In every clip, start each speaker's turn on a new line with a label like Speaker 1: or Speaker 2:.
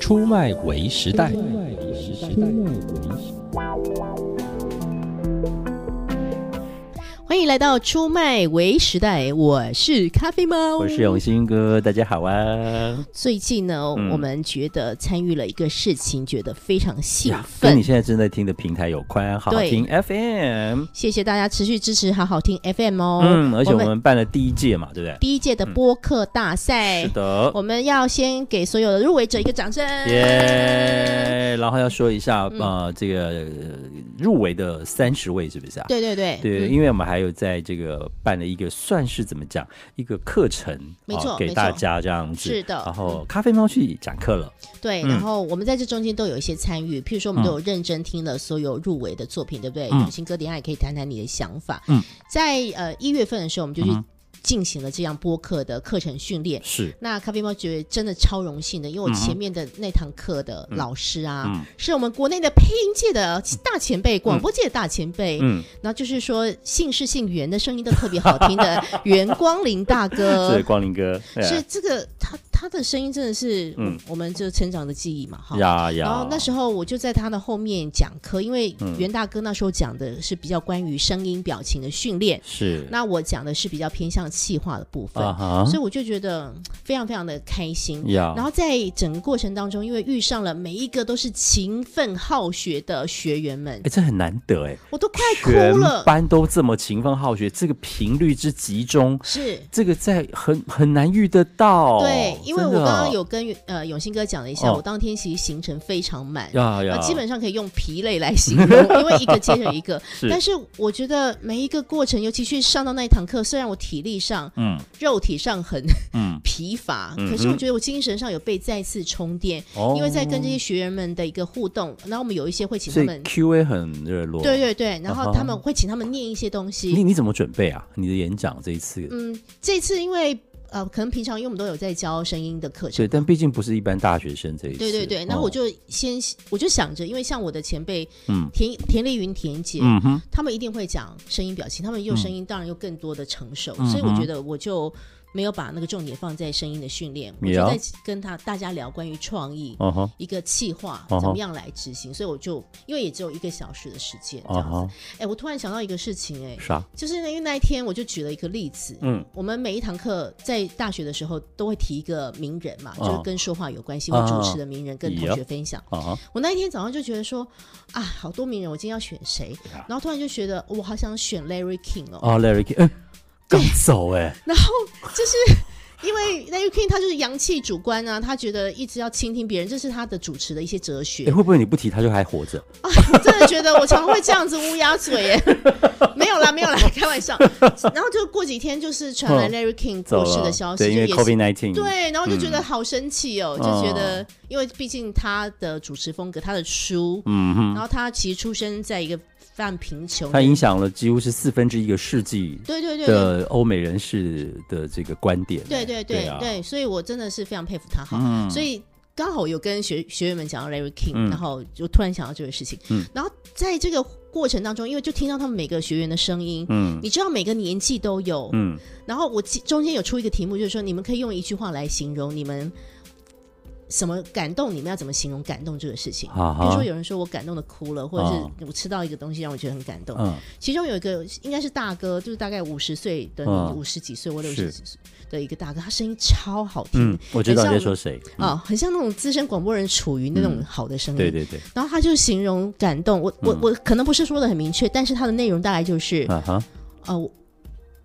Speaker 1: 出卖为时代。
Speaker 2: 欢迎来到出卖为时代，我是咖啡猫，
Speaker 3: 我是永兴哥，大家好啊！
Speaker 2: 最近呢，
Speaker 3: 嗯
Speaker 2: 我们觉得参与了一个事情，觉得非常兴
Speaker 3: 跟
Speaker 2: 奋
Speaker 3: 你。现在正在听的平台有关，好好
Speaker 2: 对
Speaker 3: 听 FM。
Speaker 2: 谢谢大家持续支持好好听 FM 哦。
Speaker 3: 嗯，而且我
Speaker 2: 我们
Speaker 3: 们办了第一届嘛，对不对？
Speaker 2: 第一届的播客大
Speaker 3: 嗯
Speaker 2: 赛，
Speaker 3: 是的，
Speaker 2: 我们要先给所有的入围者一个掌声。
Speaker 3: 耶！然后要说一下，
Speaker 2: 嗯
Speaker 3: 呃，这个呃入围的三十位是不是啊？
Speaker 2: 对对对，
Speaker 3: 对，
Speaker 2: 嗯
Speaker 3: 因为我们还有在这个办了一个算是怎么讲一个课程，
Speaker 2: 没
Speaker 3: 啊
Speaker 2: 错没
Speaker 3: 给
Speaker 2: 错
Speaker 3: 大家这样子。
Speaker 2: 是的
Speaker 3: 然后咖啡猫去讲课了，
Speaker 2: 对，
Speaker 3: 嗯
Speaker 2: 然后我们在这中间都有一些参与，譬如说我们都有认真听了所有入围的作品，对不对？
Speaker 3: 嗯
Speaker 2: 永兴哥，等一下也可以谈谈你的想法。
Speaker 3: 嗯，
Speaker 2: 在呃一月份的时候，我们就去
Speaker 3: 嗯
Speaker 2: 进行了这样播客的课程训练。
Speaker 3: 是
Speaker 2: 那咖啡猫觉得真的超荣幸的，因为我
Speaker 3: 嗯
Speaker 2: 前面的那堂课的老师啊，
Speaker 3: 嗯
Speaker 2: 是我们国内的配音界的大前辈，广播界的大前辈，
Speaker 3: 嗯，
Speaker 2: 然后就是说姓氏姓袁的声音都特别好听 的袁光林大哥
Speaker 3: 是，光林哥，对
Speaker 2: 呃
Speaker 3: 啊
Speaker 2: 是这个他他的声音真的是我
Speaker 3: 嗯
Speaker 2: 我们这成长的记忆嘛哈。
Speaker 3: 呀呀。
Speaker 2: 啊
Speaker 3: 嗯
Speaker 2: 然后那时候我就在他的后面讲课，因为袁大哥那时候讲的是比较关于声音表情的训练，
Speaker 3: 是
Speaker 2: 那我讲的是比较偏向气化的部分，
Speaker 3: 啊哈
Speaker 2: 所以我就觉得嗯非常非常的开心。
Speaker 3: 呀，
Speaker 2: 然后在整个过程当中，因为遇上了每一个都是勤奋好学的学员们
Speaker 3: 哎、，这很难得哎、
Speaker 2: 我都快
Speaker 3: 全
Speaker 2: 哭了。
Speaker 3: 班都这么勤奋好学，这个频率之集中，
Speaker 2: 是，
Speaker 3: 这个在很很难遇得到。
Speaker 2: 对，因为我
Speaker 3: 哦真的啊
Speaker 2: 刚刚有跟呃永兴哥讲了一下，
Speaker 3: 哦
Speaker 2: 我当天其实行程非常满，
Speaker 3: 呀
Speaker 2: 呃
Speaker 3: 呀，
Speaker 2: 基本上可以用疲累来形容，因为一个接着一个。
Speaker 3: 是
Speaker 2: 但是我觉得每一个过程，尤其去上到那一堂课，虽然我体力上、
Speaker 3: 嗯
Speaker 2: 肉体上很
Speaker 3: 嗯，
Speaker 2: 疲乏，
Speaker 3: 嗯哼
Speaker 2: 可是我觉得我精神上有被再次充电，
Speaker 3: 哦
Speaker 2: 因为在跟这些学员们的一个互动，然后我们有一些会请
Speaker 3: 所
Speaker 2: 他
Speaker 3: 以
Speaker 2: 们，
Speaker 3: Q&A 很热络。
Speaker 2: 对对对，然后
Speaker 3: 啊哈
Speaker 2: 他们会请他们念一些东西。
Speaker 3: 你你怎么准备啊？你的演讲这一次，
Speaker 2: 嗯，这次因为呃，可能平常因为我们都有在教声音的课程
Speaker 3: 对，，但毕竟不是一般大学生这一次。
Speaker 2: 对对对，那
Speaker 3: 哦
Speaker 2: 我就先、我就想着，因为像我的前辈，
Speaker 3: 嗯
Speaker 2: 田田丽云、田姐，
Speaker 3: 嗯哼，
Speaker 2: 他们一定会讲声音表情，他们用声音当然又更多的成熟，
Speaker 3: 嗯
Speaker 2: 所以我觉得我就没有把那个重点放在声音的训练，我
Speaker 3: 也
Speaker 2: 就
Speaker 3: 要
Speaker 2: 在跟他大家聊关于创意。
Speaker 3: 哦吼，
Speaker 2: 一个企划
Speaker 3: 哦
Speaker 2: 怎么样来执行？所以我就因为也只有一个小时的时间
Speaker 3: 哦
Speaker 2: 这样子。
Speaker 3: 吼，
Speaker 2: 哎、我突然想到一个事情、哎，
Speaker 3: 啥？
Speaker 2: 就是呢因为那一天我就举了一个例子，
Speaker 3: 嗯，
Speaker 2: 我们每一堂课在大学的时候都会提一个名人嘛，
Speaker 3: 哦
Speaker 2: 就是跟说话有关系或主持的名人，跟同学
Speaker 3: Yep
Speaker 2: 分享。
Speaker 3: 啊哈，
Speaker 2: 我那一天早上就觉得说，啊，好多名人，我今天要选谁？然后突然就觉得我好想选 Larry King 哦，
Speaker 3: 啊哦，Larry King，哎，刚走哎，
Speaker 2: 然后就是。因为 Larry King 他就是洋气主观啊，他觉得一直要倾听别人，这是他的主持的一些哲学啊
Speaker 3: 哎，。会不会你不提他就还活着？
Speaker 2: 我真的觉得我常常会这样子乌鸦嘴耶，没有啦，没有啦，开玩笑。然后就过几天就是传来
Speaker 3: 嗯
Speaker 2: Larry King 过
Speaker 3: 走
Speaker 2: 世
Speaker 3: 了
Speaker 2: 的消，息，
Speaker 3: 对，因
Speaker 2: 就
Speaker 3: 为
Speaker 2: 也是
Speaker 3: COVID nineteen，，
Speaker 2: 对，然后就觉
Speaker 3: 嗯
Speaker 2: 得好生气哦，就觉得，因为毕竟他的主持风格、他的书，
Speaker 3: 嗯哼。
Speaker 2: 然后他其实出生在一个非常贫穷
Speaker 3: 它
Speaker 2: 的，
Speaker 3: 影响了几乎是四分之一个世纪
Speaker 2: 对对对对
Speaker 3: 的欧美人士的这个观点。
Speaker 2: 对对对
Speaker 3: 啊，
Speaker 2: 对，所以我真的是非常佩服他哈，所以。刚好有跟学学员们讲到 Larry King，、
Speaker 3: 嗯
Speaker 2: 然后就突然想到这个事情。
Speaker 3: 嗯
Speaker 2: 然后在这个过程当中，因为就听到他们每个学员的声音，
Speaker 3: 嗯
Speaker 2: 你知道每个年纪都有。
Speaker 3: 嗯，
Speaker 2: 然后我其中间有出一个题目，就是说你们可以用一句话来形容你们什么感动，你们要怎么形容感动这个事情？
Speaker 3: 好
Speaker 2: 比如
Speaker 3: 好
Speaker 2: 说，有人说我感动的哭了，或者
Speaker 3: 哦
Speaker 2: 是我吃到一个东西让我觉得很感动。
Speaker 3: 嗯
Speaker 2: 其中有一个应该是大哥，就是大概五十岁的
Speaker 3: 嗯
Speaker 2: 五十几岁或六
Speaker 3: 是
Speaker 2: 十几岁的一个大哥，他声音超好听
Speaker 3: 嗯，我知道你
Speaker 2: 很像我
Speaker 3: 在
Speaker 2: 们
Speaker 3: 说谁。
Speaker 2: 啊、很像那种资深广播人楚云那种
Speaker 3: 嗯
Speaker 2: 好的声音。
Speaker 3: 对对对，
Speaker 2: 然后他就形容感动，我我
Speaker 3: 嗯
Speaker 2: 我可能不是说的很明确，但是他的内容大概就是
Speaker 3: 啊哈，
Speaker 2: 呃，我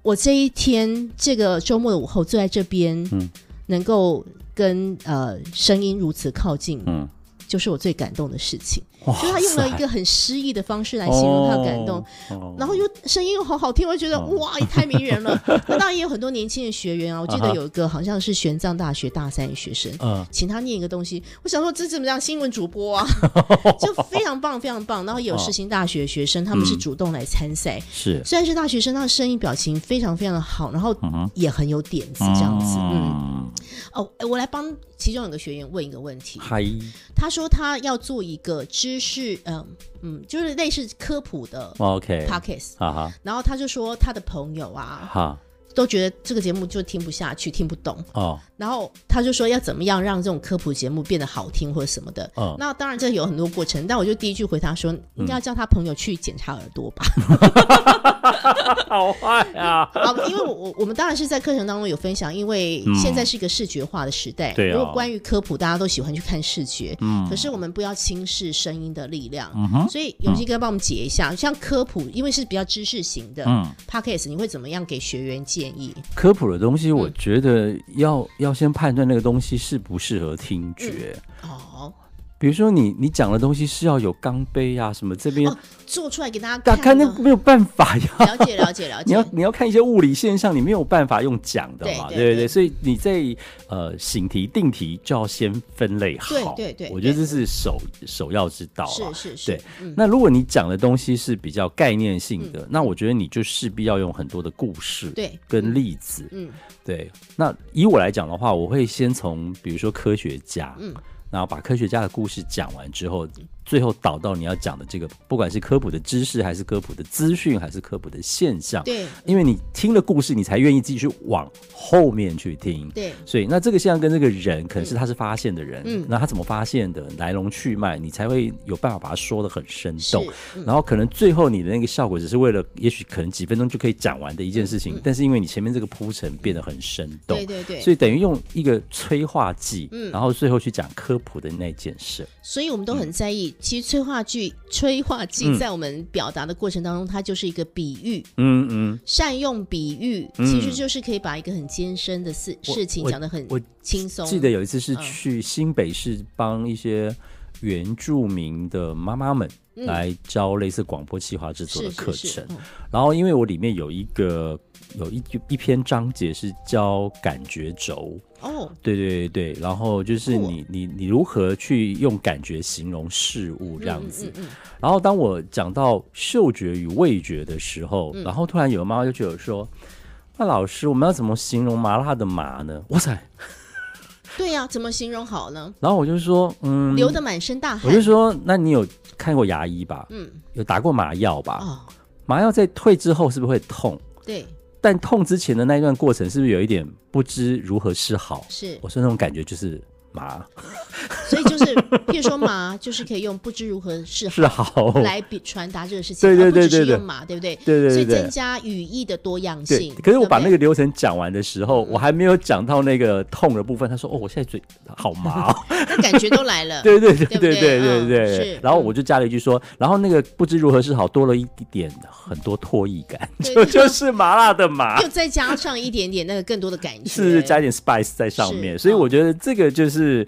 Speaker 2: 我这一天这个周末的午后坐在这边，
Speaker 3: 嗯
Speaker 2: 能够跟呃声音如此靠近，
Speaker 3: 嗯，
Speaker 2: 就是我最感动的事情。
Speaker 3: 哇哦
Speaker 2: 就是他用了一个很诗意的方式来形容他的感动，
Speaker 3: 动
Speaker 2: 然后又声音又好好听，我就觉得、
Speaker 3: 哦
Speaker 2: 哇，也太迷人 了。那当然也有很多年轻的学员啊，我记
Speaker 3: 啊
Speaker 2: 得
Speaker 3: 哈
Speaker 2: 有一个好像是玄奘大学大三的学生。
Speaker 3: 嗯
Speaker 2: 请他念一个东西，我想说这怎么样？新闻主 播啊，就非常棒，非常棒。然后也有
Speaker 3: 哦
Speaker 2: 世新大学学生，他们是
Speaker 3: 嗯
Speaker 2: 主动来参赛，
Speaker 3: 是
Speaker 2: 虽然是大学生，他的声音表情非常非常的好，然后
Speaker 3: 嗯哼
Speaker 2: 也很有点子这样子。嗯，
Speaker 3: 嗯，
Speaker 2: 哦，哎我来帮其中有个学员问一个问题，
Speaker 3: 嗨，
Speaker 2: 他说他要做一个知识，嗯嗯，就是类似科普的
Speaker 3: 哦 OK，
Speaker 2: podcast，
Speaker 3: 哈哈
Speaker 2: 然后他就说他的朋友啊，
Speaker 3: 哈，
Speaker 2: 都觉得这个节目就听不下去，听不懂。
Speaker 3: 哦，
Speaker 2: 然后他就说要怎么样让这种科普节目变得好听或者什么的。
Speaker 3: 嗯
Speaker 2: 那当然这有很多过程，但我就第一句回他说，应该要叫他朋友去检查耳 朵吧。
Speaker 3: 好坏啊！
Speaker 2: 啊，因为我我我们当然是在课程当中有分享，因为
Speaker 3: 嗯
Speaker 2: 现在是一个视觉化的时代。
Speaker 3: 对啊
Speaker 2: 如果关于科普，大家都喜欢去看视觉，
Speaker 3: 嗯
Speaker 2: 可是我们不要轻视声音的力量。
Speaker 3: 嗯哼，
Speaker 2: 所以永基哥帮我们解一下，像科普，因为是比较知识型的、
Speaker 3: 嗯，
Speaker 2: podcast，你会怎么样给学员建议？
Speaker 3: 科普的东西，
Speaker 2: 嗯
Speaker 3: 我觉得要、要先判断那个东西适不适合听觉。
Speaker 2: 哦，
Speaker 3: 比如说你你讲的东西是要有钢杯啊什么这边，
Speaker 2: 哦做出来给大
Speaker 3: 打
Speaker 2: 家
Speaker 3: 开
Speaker 2: 看
Speaker 3: 那
Speaker 2: 呢。
Speaker 3: 没有办法呀。
Speaker 2: 了解了解了
Speaker 3: 你
Speaker 2: 解
Speaker 3: 要，你要看一些物理现象，你没有办法用讲的嘛，对
Speaker 2: 对对
Speaker 3: 不
Speaker 2: 对
Speaker 3: 对？所以你在呃醒题定题就要先分类好，
Speaker 2: 对对对
Speaker 3: 我觉得这是首首要之道啊。
Speaker 2: 是是是，嗯
Speaker 3: 对，那如果你讲的东西是比较概念性的，那我觉得你就势必要用很多的故事，
Speaker 2: 对
Speaker 3: 跟例子，
Speaker 2: 嗯
Speaker 3: 对。那以我来讲的话，我会先从比如说科学家，
Speaker 2: 嗯
Speaker 3: 然后把科学家的故事讲完之后，最后导到你要讲的这个，不管是科普的知识，还是科普的资讯，还是科普的现象，
Speaker 2: 对
Speaker 3: 因为你听了故事，你才愿意继续往后面去听。
Speaker 2: 对
Speaker 3: 所以那这个现象跟这个人，可能是他是发现的人，
Speaker 2: 嗯
Speaker 3: 那他怎么发现的，来龙去脉，你才会有办法把它说的很生
Speaker 2: 是嗯
Speaker 3: 动。然后可能最后你的那个效果只是为了，也许可能几分钟就可以讲完的一件事情，但是因为你前面这个铺陈变得很生动，
Speaker 2: 嗯对对对，
Speaker 3: 所以等于用一个催化剂，
Speaker 2: 嗯
Speaker 3: 然后最后去讲科普的那件事。
Speaker 2: 所以我们都
Speaker 3: 嗯
Speaker 2: 很在意。其实催化剂，催化剂在我们表达的过程当中，它就是一个比喻，
Speaker 3: 嗯嗯，
Speaker 2: 善用比喻，其实就是可以把一个很艰深的事
Speaker 3: 我
Speaker 2: 事情
Speaker 3: 我
Speaker 2: 讲得很
Speaker 3: 我
Speaker 2: 轻松。
Speaker 3: 记得有一次是
Speaker 2: 嗯
Speaker 3: 去新北市帮一些原住民的妈妈们
Speaker 2: 嗯
Speaker 3: 来教类似广播企划制作
Speaker 2: 是
Speaker 3: 的课
Speaker 2: 是
Speaker 3: 程，
Speaker 2: 是，嗯
Speaker 3: 然后因为我里面有一个有一一篇章节是教感觉轴，
Speaker 2: 哦，
Speaker 3: 对对对对，然后就是
Speaker 2: 酷哦
Speaker 3: 你你你如何去用感觉形容事物这样
Speaker 2: 嗯
Speaker 3: 子，
Speaker 2: 嗯嗯
Speaker 3: 然后当我讲到嗅觉与味觉的时候，
Speaker 2: 嗯
Speaker 3: 然后突然有个妈妈就觉得说。那老师，我们要怎么形容麻辣的麻呢？哇塞！
Speaker 2: 对呀、怎么形容好呢？
Speaker 3: 然后我就说，嗯，
Speaker 2: 流得满身大
Speaker 3: 我
Speaker 2: 汗
Speaker 3: 就，说，那你有看过牙医吧？
Speaker 2: 嗯，
Speaker 3: 有打过麻药吧？
Speaker 2: 哦，
Speaker 3: 麻药在退之后是不是会痛？
Speaker 2: 对，
Speaker 3: 但痛之前的那一段过程是不是有一点不知如何是好？
Speaker 2: 是，
Speaker 3: 我说那种感觉就是麻
Speaker 2: 所以就是，譬如说麻，就是可以用不知如何是好
Speaker 3: 是好，
Speaker 2: 来比传达这个事情，
Speaker 3: 对对
Speaker 2: 而不只
Speaker 3: 对
Speaker 2: 是
Speaker 3: 对
Speaker 2: 用麻，对不对？
Speaker 3: 对对
Speaker 2: 所以
Speaker 3: 对
Speaker 2: 增加语义的多样
Speaker 3: 对
Speaker 2: 性。。
Speaker 3: 可是我
Speaker 2: 对不
Speaker 3: 把
Speaker 2: 对
Speaker 3: 那个流程讲完的时
Speaker 2: 嗯
Speaker 3: 候，我还没有讲到那个痛的部分。他说：“哦，我现在嘴好 麻、哦。。
Speaker 2: 那感觉都来了
Speaker 3: 对对对
Speaker 2: 对
Speaker 3: 对
Speaker 2: 不对
Speaker 3: 对对
Speaker 2: 嗯
Speaker 3: 对
Speaker 2: 是
Speaker 3: 对。然后我就加了一句说，然后那个不知如何是好，多了一点很多唾液感，
Speaker 2: 对
Speaker 3: 就 就是麻辣的 麻。
Speaker 2: 又再加上一点点那个更多的感觉，
Speaker 3: 是加一点 spice 在上面，
Speaker 2: 是嗯
Speaker 3: 所以我觉得这个就是。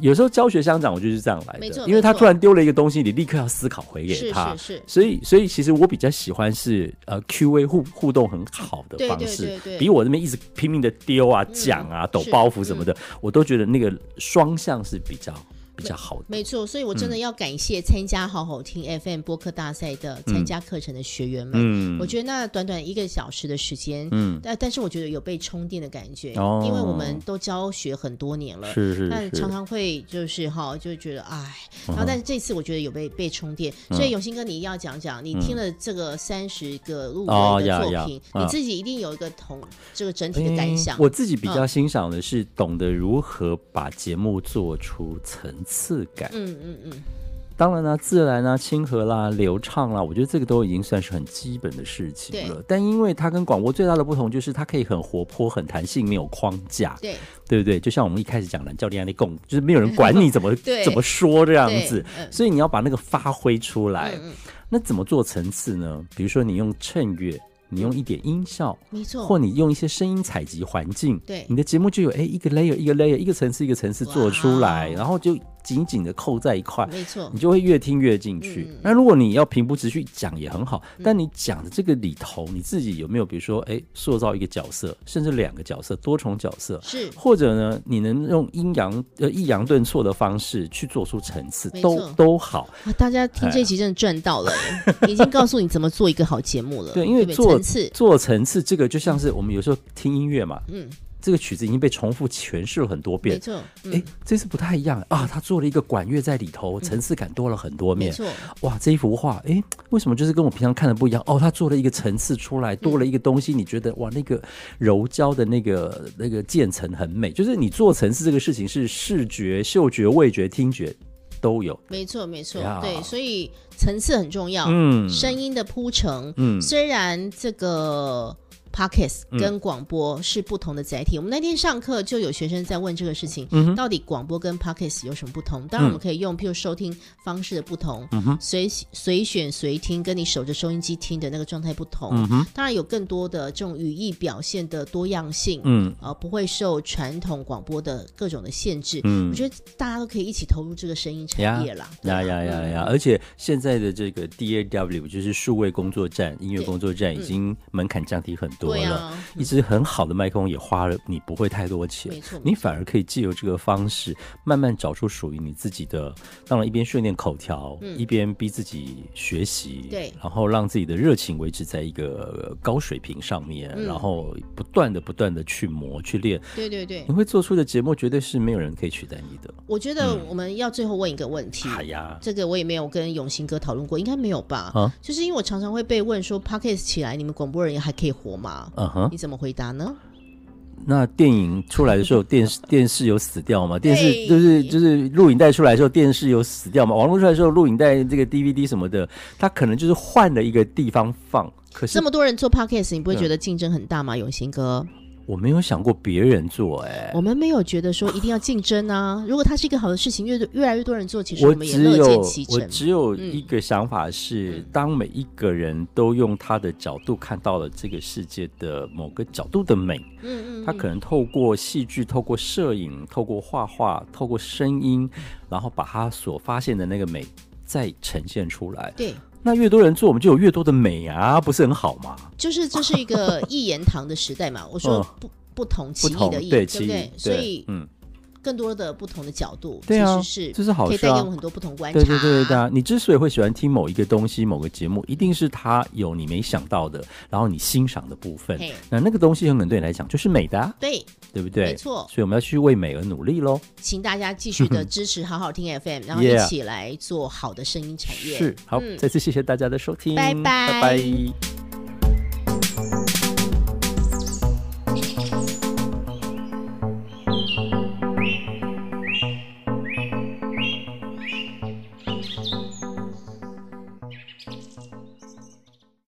Speaker 3: 有时候教学相长，我就是这样来
Speaker 2: 没错
Speaker 3: 的，因为他
Speaker 2: 没错
Speaker 3: 突然丢了一个东西，你立刻要思考回
Speaker 2: 是
Speaker 3: 给他
Speaker 2: 是。是，
Speaker 3: 所以，所以其实我比较喜欢是呃 Q A 互互动很好的
Speaker 2: 对
Speaker 3: 方
Speaker 2: 对
Speaker 3: 式
Speaker 2: 对，对嗯
Speaker 3: 比我那边一直拼命的丢啊、讲啊、抖
Speaker 2: 是嗯
Speaker 3: 包袱什么的，我都觉得那个双向是比较比较好的。
Speaker 2: 没错。所以我真
Speaker 3: 嗯
Speaker 2: 的要感谢参加好好听 FM 播客大赛的参加课程的学员们。
Speaker 3: 嗯
Speaker 2: 我觉得那短短一个小时的时间，
Speaker 3: 嗯，
Speaker 2: 但但是我觉得有被充电的感觉，
Speaker 3: 哦
Speaker 2: 因为我们都教学很多年了，
Speaker 3: 是是嗯
Speaker 2: 但
Speaker 3: 是，
Speaker 2: 常常会就是哈，就觉得哎，然后但是这次我觉得有被被充电，
Speaker 3: 嗯
Speaker 2: 所以永兴哥你一定要讲讲，你听了这个三十个入
Speaker 3: 哦
Speaker 2: 围的
Speaker 3: 呀
Speaker 2: 作
Speaker 3: 呀
Speaker 2: 品，
Speaker 3: 嗯
Speaker 2: 你自己一定有一个统这个整体的感
Speaker 3: 嗯
Speaker 2: 想。
Speaker 3: 我自己比较欣赏的是懂得如何把节目做出层次感。
Speaker 2: 嗯嗯嗯，
Speaker 3: 当然啦、自然啦、亲和啦、流畅啦，我觉得这个都已经算是很基本的事情了。但因为它跟广播最大的不同就是它可以很活泼、很弹性，没有框架，
Speaker 2: 对
Speaker 3: 对不对？就像我们一开始讲的，教练压力共，就是没有人管你怎么
Speaker 2: 对
Speaker 3: 怎么说这样
Speaker 2: 对
Speaker 3: 子，，
Speaker 2: 嗯
Speaker 3: 所以你要把那个发挥出来。
Speaker 2: 嗯嗯
Speaker 3: 那怎么做层次呢？比如说你用衬乐，你用一点音效，
Speaker 2: 没错，
Speaker 3: 或你用一些声音采集环境，
Speaker 2: 嗯对
Speaker 3: 你的节目就有哎一个 layer 一个 layer 一个层次一个层次做出来，
Speaker 2: 哇哦
Speaker 3: 然后就紧紧的扣在一块，
Speaker 2: 没错
Speaker 3: 你，就会越听越进去。
Speaker 2: 嗯
Speaker 3: 那如果你要平铺直叙讲也很好，但你讲的这个里头，你自己有没有比如说哎塑造一个角色，甚至两个角色，多重角色？
Speaker 2: 是
Speaker 3: 或者呢，你能用阴阳呃抑扬顿挫的方式去做出层次
Speaker 2: 没，错嗯
Speaker 3: 都都好。
Speaker 2: 哇大家听
Speaker 3: 哎
Speaker 2: 这集真的赚到了耶，已经告诉你怎么做一个好节目了。
Speaker 3: 对，因为
Speaker 2: 不
Speaker 3: 做
Speaker 2: 层次
Speaker 3: 做层次这个就像是我们有时候听音乐嘛，
Speaker 2: 嗯，
Speaker 3: 这个曲子已经被重复诠释了很多
Speaker 2: 没
Speaker 3: 遍。
Speaker 2: 错，嗯
Speaker 3: 哎、这次不太一样啊！他做了一个管乐在里头，层次感多了很多
Speaker 2: 没
Speaker 3: 面。
Speaker 2: 错，
Speaker 3: 哇，这一幅画，哎、为什么就是跟我平常看的不一样？哦，他做了一个层次出来，多了一个东西，你觉得哇，那个柔焦的那个那个渐层很美。就是你做层次这个事情是视觉、嗅觉、味觉、听觉都有。
Speaker 2: 没错，没错
Speaker 3: 呀，
Speaker 2: 对，所以层次很重要，
Speaker 3: 嗯
Speaker 2: 声音的铺陈，
Speaker 3: 嗯
Speaker 2: 虽然这个 podcast 跟广播是不同的载体，我们那天上课就有学生在问这个事情，
Speaker 3: 嗯
Speaker 2: 到底广播跟 podcast 有什么不同？当然，我们可以用譬如收听方式的不同，
Speaker 3: 嗯
Speaker 2: 随随选随听，跟你守着收音机听的那个状态不同，
Speaker 3: 嗯
Speaker 2: 当然有更多的这种语义表现的多样性，
Speaker 3: 嗯
Speaker 2: 呃，不会受传统广播的各种的限制。我
Speaker 3: 嗯，
Speaker 2: 觉得大家都可以一起投入这个声音产业啦。对
Speaker 3: 呀
Speaker 2: 啊
Speaker 3: 呀呀
Speaker 2: 嗯
Speaker 3: 呀！而且现在的这个 DAW 就是数位工作站、音乐
Speaker 2: 对嗯
Speaker 3: 工作站，已经门槛降低很多
Speaker 2: 对
Speaker 3: 了。
Speaker 2: 啊，
Speaker 3: 一支很好的麦克风也花了你不会太多钱
Speaker 2: 没，错
Speaker 3: 你
Speaker 2: 没错
Speaker 3: 反而可以借由这个方式，慢慢找出属于你自己的。当然，一边训练口条，一边逼自己学习，
Speaker 2: 嗯对
Speaker 3: 然后让自己的热情维持在一个呃高水平上面，
Speaker 2: 嗯
Speaker 3: 然后不断的、不断的去磨、去练，
Speaker 2: 对对对
Speaker 3: 你，会做出的节目绝对是没有人可以取代你的。
Speaker 2: 我觉
Speaker 3: 嗯
Speaker 2: 得我们要最后问一个问题，
Speaker 3: 哎呀，
Speaker 2: 这个我也没有跟永兴哥讨论过，应该没有吧？
Speaker 3: 啊
Speaker 2: 就是因为我常常会被问说 p o d c a s t 起来，你们广播人还可以活吗？
Speaker 3: 嗯哼，
Speaker 2: 你怎么回答呢？
Speaker 3: 那电影出来的时候，电视电视有死掉吗？电视
Speaker 2: 对
Speaker 3: 就是就是录影带出来的时候，电视有死掉吗？网络出来的时候，录影带这个 DVD 什么的，它可能就是换了一个地方放。可是嗯
Speaker 2: 这么多人做 podcast，你不会觉得竞争很大吗？永兴哥，
Speaker 3: 我没有想过别人做、哎，
Speaker 2: 我们没有觉得说一定要竞争啊。如果它是一个好的事情，越越来越多人做，其实
Speaker 3: 我
Speaker 2: 们也
Speaker 3: 只
Speaker 2: 乐见
Speaker 3: 有
Speaker 2: 其
Speaker 3: 我
Speaker 2: 成。嗯
Speaker 3: 只有一个想法是，当每一个人都用他的角度看到了这个世界的某个角度的美，
Speaker 2: 嗯嗯，
Speaker 3: 他可能透过戏剧、透过摄影、透过画画、透过声音，然后把他所发现的那个美再呈现出来。
Speaker 2: 对，
Speaker 3: 那越多人做，我们就有越多的美啊，不是很好吗？
Speaker 2: 就是这是一个 一言堂的时代嘛。我说
Speaker 3: 嗯
Speaker 2: 不不同
Speaker 3: 不
Speaker 2: 其
Speaker 3: 同
Speaker 2: 异的异，
Speaker 3: 对
Speaker 2: 对不
Speaker 3: 其
Speaker 2: 对
Speaker 3: 异？
Speaker 2: 所以
Speaker 3: 嗯，
Speaker 2: 更多的不同的角度，
Speaker 3: 对啊
Speaker 2: 其实
Speaker 3: 这
Speaker 2: 是
Speaker 3: 是好
Speaker 2: 可以
Speaker 3: 事
Speaker 2: 带
Speaker 3: 啊
Speaker 2: 给我们很多不同观察。
Speaker 3: 对对对对啊！你之所以会喜欢听某一个东西、某个节目，一定是它有你没想到的，然后你欣赏的部分
Speaker 2: 嘿。
Speaker 3: 那那个东西很可能对你来讲就是美的、啊，
Speaker 2: 对
Speaker 3: 对不对？
Speaker 2: 没错
Speaker 3: 所以我们要去为美而努力喽。
Speaker 2: 请大家继续的支持好好听 FM，然后一
Speaker 3: Yeah
Speaker 2: 起来做好的声音产业。
Speaker 3: 是，好，再次谢谢大家的收听，
Speaker 2: 嗯拜
Speaker 3: 拜
Speaker 2: 拜
Speaker 3: 拜